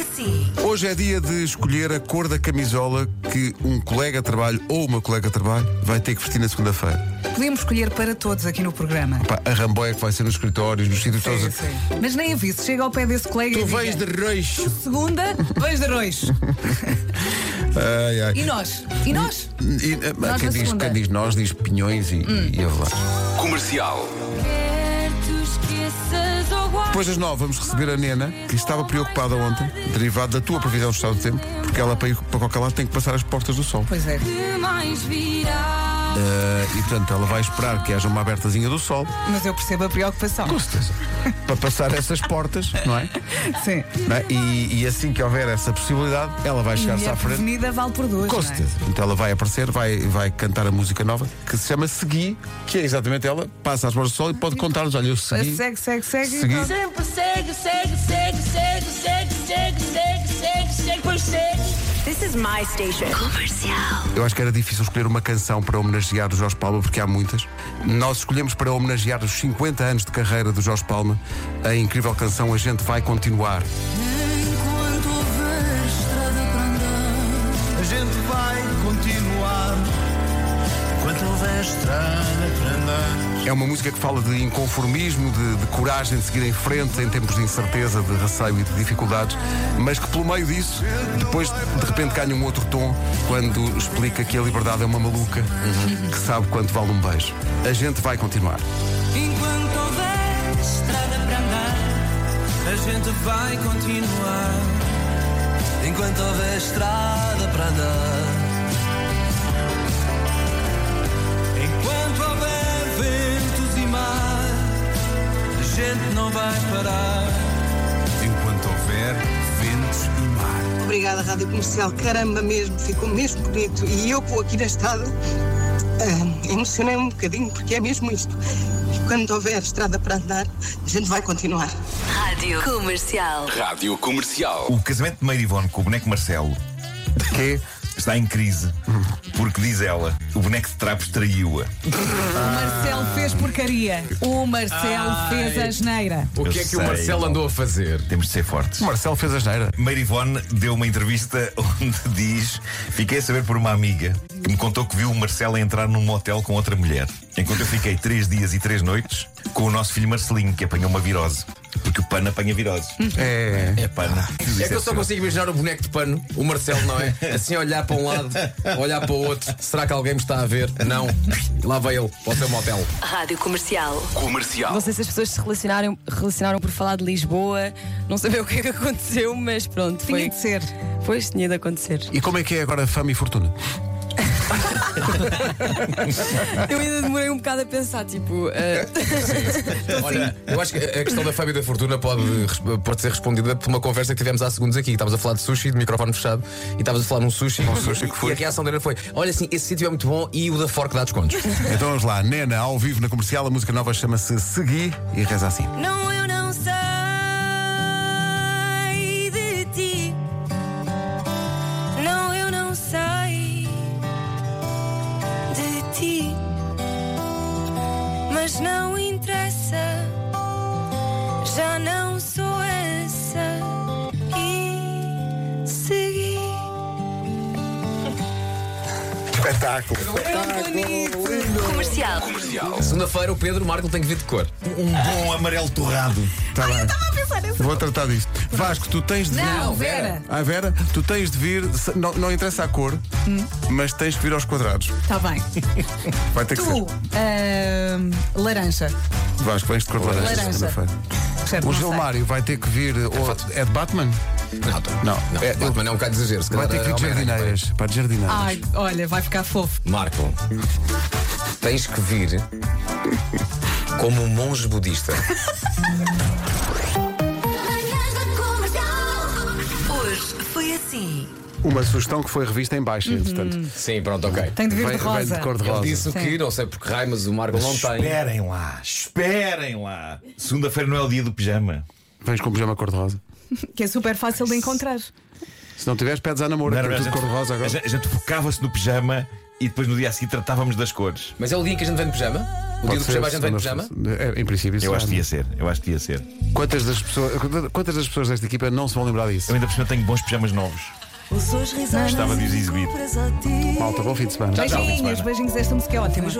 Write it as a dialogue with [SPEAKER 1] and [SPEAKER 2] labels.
[SPEAKER 1] assim.
[SPEAKER 2] Hoje é dia de escolher a cor da camisola que um colega de trabalho ou uma colega de trabalho vai ter que vestir na segunda-feira.
[SPEAKER 3] Podemos escolher para todos aqui no programa.
[SPEAKER 2] Pá, a ramboia que vai ser nos escritórios, nos sítios todos.
[SPEAKER 3] Sim, sim. Mas nem aviso, chega ao pé desse colega
[SPEAKER 2] Tu
[SPEAKER 3] e diga,
[SPEAKER 2] vens de roxo.
[SPEAKER 3] segunda, vais de arroz.
[SPEAKER 2] Ai, ai.
[SPEAKER 3] E nós? E nós?
[SPEAKER 2] E, eh,
[SPEAKER 3] Nós
[SPEAKER 2] quem, diz,
[SPEAKER 3] na segunda. Hum.
[SPEAKER 2] quem diz nós diz pinhões e, e avelãs.
[SPEAKER 4] Comercial.
[SPEAKER 5] Quer tu esqueças ou guardes
[SPEAKER 2] Depois das nove vamos receber a Nena, que estava preocupada ontem, derivado da tua previsão do estado do tempo, porque ela para ir para qualquer lado tem que passar as portas do sol.
[SPEAKER 3] Pois é.
[SPEAKER 5] mais virá.
[SPEAKER 2] Eh, e portanto ela vai esperar que haja uma abertazinha do sol,
[SPEAKER 3] Mas eu percebo a preocupação.
[SPEAKER 2] com certeza, para passar essas portas, não é?
[SPEAKER 3] Sim.
[SPEAKER 2] Não é? E, e assim que houver essa possibilidade, ela vai chegar-se
[SPEAKER 3] E a
[SPEAKER 2] à frente.
[SPEAKER 3] prevenida vale por dois.
[SPEAKER 2] Com
[SPEAKER 3] não é?
[SPEAKER 2] certeza. Então ela vai aparecer, vai, vai cantar a música nova, que se chama Segui, que é exatamente ela, passa as mãos do sol e pode contar-nos: olha, eu segui.
[SPEAKER 3] Segue, segue, segue.
[SPEAKER 2] Segui.
[SPEAKER 3] e
[SPEAKER 6] Sempre segue, segue, segue, segue, segue, segue, segue, segue, segue, pois segue.
[SPEAKER 1] This is my station.
[SPEAKER 2] Eu acho que era difícil escolher uma canção para homenagear o Jorge Palma, porque há muitas. Nós escolhemos para homenagear os 50 anos de carreira do Jorge Palma a incrível canção A Gente Vai Continuar.
[SPEAKER 5] Enquanto houver estrada para andar,
[SPEAKER 7] A gente vai continuar Quanto houver estrada para andar
[SPEAKER 2] É uma música que fala de inconformismo, de, de coragem de seguir em frente em tempos de incerteza, de receio e de dificuldades, mas que pelo meio disso, depois de repente ganha um outro tom quando explica que a liberdade é uma maluca que sabe quanto vale um beijo. A gente vai continuar.
[SPEAKER 5] enquanto houver estrada para andar,
[SPEAKER 7] A gente vai continuar Enquanto houver estrada para andar Enquanto houver ventos e mar A gente não vai parar Enquanto houver ventos e mar
[SPEAKER 3] então.
[SPEAKER 8] Obrigada, Rádio Comercial. Caramba, mesmo, ficou mesmo bonito. E eu vou aqui na estrada, ah, emocionei-me um bocadinho, porque é mesmo isto. E quando houver estrada para andar, a gente vai continuar.
[SPEAKER 1] Rádio Comercial.
[SPEAKER 4] Rádio Comercial.
[SPEAKER 9] O casamento de Meira Ivone com o boneco Marcelo
[SPEAKER 2] Que
[SPEAKER 9] está em crise porque, diz ela, o boneco de trapos traiu-a.
[SPEAKER 3] O Marcelo fez porcaria. O Marcelo fez a asneira.
[SPEAKER 10] O
[SPEAKER 9] Eu
[SPEAKER 10] que é que o
[SPEAKER 9] sei.
[SPEAKER 10] Marcelo andou a fazer?
[SPEAKER 9] Temos de ser fortes.
[SPEAKER 2] o Marcelo fez a geneira.
[SPEAKER 9] Meira Ivone deu uma entrevista onde diz: Fiquei a saber por uma amiga que me contou que viu o Marcelo a entrar num motel com outra mulher. Enquanto eu fiquei três dias e três noites com o nosso filho Marcelinho, que apanhou uma virose. Porque o pano apanha virose.
[SPEAKER 2] É.
[SPEAKER 9] É pano.
[SPEAKER 10] Hum. É que eu só consigo imaginar o boneco de pano, o Marcelo, não é? Assim a olhar para um lado, a olhar para o outro. Será que alguém me está a ver? Não. Lá vai ele, para o seu motel.
[SPEAKER 1] Rádio Comercial.
[SPEAKER 4] Comercial.
[SPEAKER 6] Não sei se as pessoas se relacionaram, relacionaram por falar de Lisboa, não sabia o que é que aconteceu, mas pronto,
[SPEAKER 3] Tinha
[SPEAKER 6] foi.
[SPEAKER 3] de ser.
[SPEAKER 6] Pois tinha de acontecer.
[SPEAKER 2] E como é que é agora fama e fortuna?
[SPEAKER 6] Eu ainda demorei um bocado a pensar, tipo. Então, ah,
[SPEAKER 10] Olha, eu acho que a a questão da fama e da fortuna pode, res- pode ser respondida por uma conversa que tivemos há segundos aqui. Estávamos a falar de sushi, de microfone fechado, e estávamos a falar num sushi. Um sushi que foi. E a reação dele foi: Olha, assim, esse sítio é muito bom e o da Fork dá descontos.
[SPEAKER 2] Então vamos lá, Nena, ao vivo na comercial, a música nova chama-se Segui e reza assim.
[SPEAKER 5] não, eu não sei de ti. Não, eu não sei de ti. Mas não interessa, já não sou essa. E segui.
[SPEAKER 2] Espetáculo!
[SPEAKER 1] Comercial.
[SPEAKER 4] Comercial.
[SPEAKER 10] Segunda-feira, o Pedro Marco tem que vir de cor.
[SPEAKER 9] Um bom amarelo torrado.
[SPEAKER 2] Tá bem. Vou tratar disto. Vasco, tu tens de vir.
[SPEAKER 3] Não, Vera.
[SPEAKER 2] Ah, Vera, tu tens de vir, se- não, não interessa a cor,
[SPEAKER 3] Hum.
[SPEAKER 2] mas tens de vir aos quadrados.
[SPEAKER 3] Está Tá bem.
[SPEAKER 2] Vai ter que
[SPEAKER 3] Tu,
[SPEAKER 2] ser.
[SPEAKER 3] ahm, laranja.
[SPEAKER 2] Vasco, vens de cor de laranja.
[SPEAKER 3] Laranja.
[SPEAKER 2] segunda-feira.
[SPEAKER 3] Certo,
[SPEAKER 2] O
[SPEAKER 3] não sei.
[SPEAKER 2] Gilmário vai ter que vir. ou- é de Batman?
[SPEAKER 10] Não,
[SPEAKER 2] Não.
[SPEAKER 10] não.
[SPEAKER 2] É-
[SPEAKER 10] É, mas não é um bocado de exagero. se
[SPEAKER 2] Vai
[SPEAKER 10] calhar
[SPEAKER 2] ter que vir de
[SPEAKER 10] é Homem-Aranha.
[SPEAKER 2] jardineiras. Para de jardineiras.
[SPEAKER 3] Ai, olha, vai ficar fofo.
[SPEAKER 10] Marco, tens que vir como um monge budista.
[SPEAKER 1] Hoje foi assim.
[SPEAKER 2] Uma sugestão que foi revista em baixa, entretanto.
[SPEAKER 10] Sim, pronto, ok.
[SPEAKER 3] Tem Uhum. de vir
[SPEAKER 2] Vai,
[SPEAKER 3] de
[SPEAKER 2] vai
[SPEAKER 3] rosa.
[SPEAKER 2] de cor de
[SPEAKER 10] Ele
[SPEAKER 2] rosa.
[SPEAKER 10] disse o que, não sei porque raio, mas o Marco não tem.
[SPEAKER 9] Esperem lá, esperem lá. Segunda-feira não é o dia do pijama.
[SPEAKER 2] Vens com o pijama cor de rosa.
[SPEAKER 3] Que é super fácil de encontrar.
[SPEAKER 2] Se não tiveres, pedes à namora.
[SPEAKER 9] Não é- era-
[SPEAKER 2] Tem tudo cor de rosa
[SPEAKER 9] A
[SPEAKER 2] agora.
[SPEAKER 9] gente, a gente focava-se no pijama e depois no dia a seguir tratávamos das cores.
[SPEAKER 10] Mas é o dia em que a gente vem de pijama? O dia do pijama a gente vai de pijama?
[SPEAKER 2] É, em princípio, isso
[SPEAKER 9] Eu acho que
[SPEAKER 2] será.
[SPEAKER 9] ia ser, eu acho que ia ser.
[SPEAKER 2] Quantas das, pessoas, quantas das pessoas desta equipa não se vão lembrar disso?
[SPEAKER 9] Eu ainda por cima tenho bons pijamas novos. Gostava de os exibir.
[SPEAKER 2] Malta, bom fim de semana.
[SPEAKER 3] Beijinhos, beijinhos. Esta música é ótima.